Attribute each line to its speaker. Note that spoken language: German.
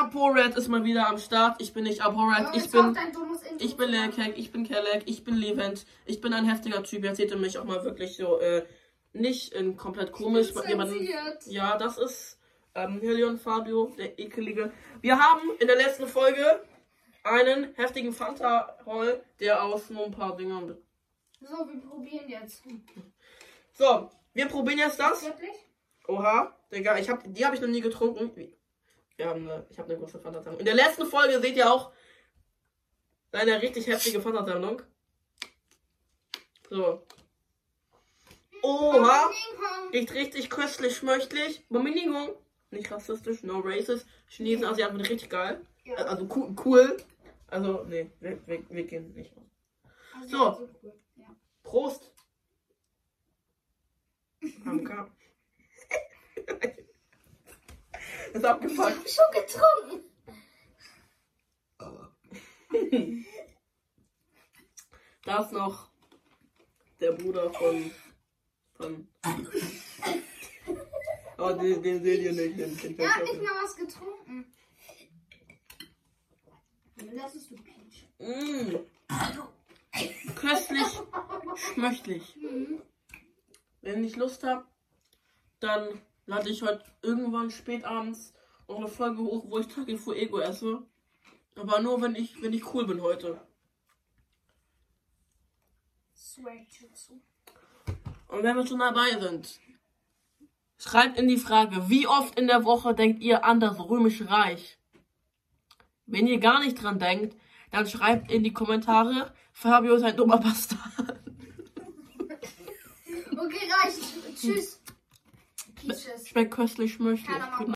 Speaker 1: Apored ist mal wieder am Start. Ich bin nicht Apored.
Speaker 2: Junge,
Speaker 1: Ich
Speaker 2: jetzt
Speaker 1: bin.
Speaker 2: auf dein dummes Intro.
Speaker 1: Ich bin Lilkek, ich bin Kellek, ich bin Levent, ich bin ein heftiger Typ. Jetzt seht ihr mich auch mal wirklich so, äh, nicht in komplett komisch. weil jemanden-
Speaker 2: Zensiert.
Speaker 1: Ja, das ist ähm, Helion Fabio, der ekelige. Wir haben in der letzten Folge einen heftigen Fanta-Roll, der aus nur ein paar Dingern. be-
Speaker 2: So, wir probieren jetzt.
Speaker 1: So, wir probieren jetzt das.
Speaker 2: Wirklich?
Speaker 1: Oha, Digga, ich hab, die habe ich noch nie getrunken. Wir haben eine, ich habe eine große Fanta-Sammlung. In der letzten Folge seht ihr auch eine richtig heftige Fanta-Sammlung. So. Oha. Riecht richtig köstlich, schmöchtlich. Bemindigung. Nicht rassistisch, no racist. Chinesen, Asiaten sind richtig geil.
Speaker 2: Ja.
Speaker 1: Äh, Also cool. cool. Also, nee, wir, wir, wir gehen nicht.
Speaker 2: Also,
Speaker 1: So.
Speaker 2: so cool. Ja.
Speaker 1: Prost. Hamka. Ist
Speaker 2: Ich
Speaker 1: abgepackt.
Speaker 2: hab schon getrunken.
Speaker 1: Da ist noch der Bruder von. von oh, den, den seht ihr nicht. Den, den
Speaker 2: Er hat nicht mal was getrunken. Das ist du Peach.
Speaker 1: Mmh. Köstlich, schmöchtlich. Wenn ich Lust habe, dann lade ich heute irgendwann spät abends noch eine Folge hoch, wo ich Taki Fu Ego esse. Aber nur, wenn ich, wenn ich cool bin heute.
Speaker 2: Swag Jutsu.
Speaker 1: Und wenn wir schon dabei sind, schreibt in die Frage, wie oft in der Woche denkt ihr an das Römische Reich? Wenn ihr gar nicht dran denkt, dann schreibt in die Kommentare, Fabio ist ein dummer Bastard.
Speaker 2: Okay, reicht. Tschüss. Peaches.
Speaker 1: Schmeckt köstlich, schmöchtlich.
Speaker 2: Keiner mag
Speaker 1: Guten